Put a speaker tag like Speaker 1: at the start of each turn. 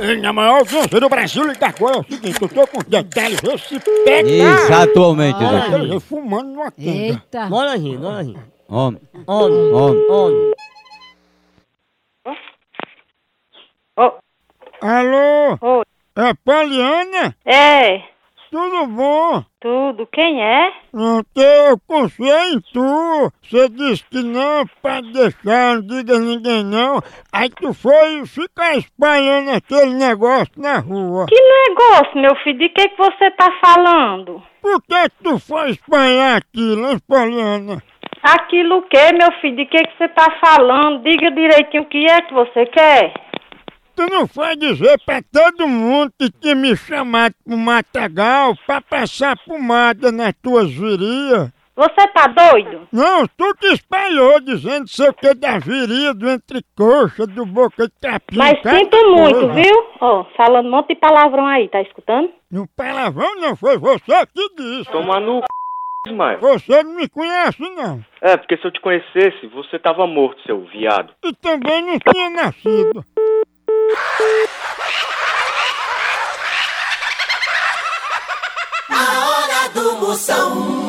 Speaker 1: Menino, a maior audiência do Brasil lhe ligou é o seguinte, eu tô com os detalhes, eu se pego.
Speaker 2: Isso, atualmente,
Speaker 1: Olha,
Speaker 2: doutor.
Speaker 1: eu- eu fumando numa tenda.
Speaker 3: Eita.
Speaker 4: Dona Rinha, Dona Rinha.
Speaker 2: Homem,
Speaker 4: Homem,
Speaker 2: homem.
Speaker 4: homem.
Speaker 5: Ô,
Speaker 1: Alô,
Speaker 5: ô,
Speaker 1: é Poliana?
Speaker 5: é,
Speaker 1: Tudo bom?
Speaker 5: tudo, quem é?
Speaker 1: Não eu confiei em tu. Você disse que não, pra deixar, não diga a ninguém não. Aí tu foi ficar espalhando aquele negócio na rua.
Speaker 5: Que negócio, meu filho, de que que você tá falando?
Speaker 1: Por que tu foi espalhar aquilo, hein, Poliana?
Speaker 5: Aquilo que, meu filho, de que que você tá falando? Diga direitinho o que é que você quer.
Speaker 1: Tu não foi dizer pra todo mundo que tinha me chamado pro matagal pra passar pomada nas tuas virias?
Speaker 5: Você tá doido?
Speaker 1: Não, tu que espalhou dizendo sei o que da viria, do entrecoxa, do boca de capim.
Speaker 5: Mas
Speaker 1: cada
Speaker 5: sinto muito,
Speaker 1: coisa.
Speaker 5: viu? Ó, falando um monte de palavrão aí, tá escutando?
Speaker 1: No palavrão não foi você que disse.
Speaker 6: Toma no c... Ismael.
Speaker 1: Você não me conhece, não.
Speaker 6: É, porque se eu te conhecesse, você tava morto, seu viado.
Speaker 1: E também não tinha nascido.
Speaker 7: A hora do Moção.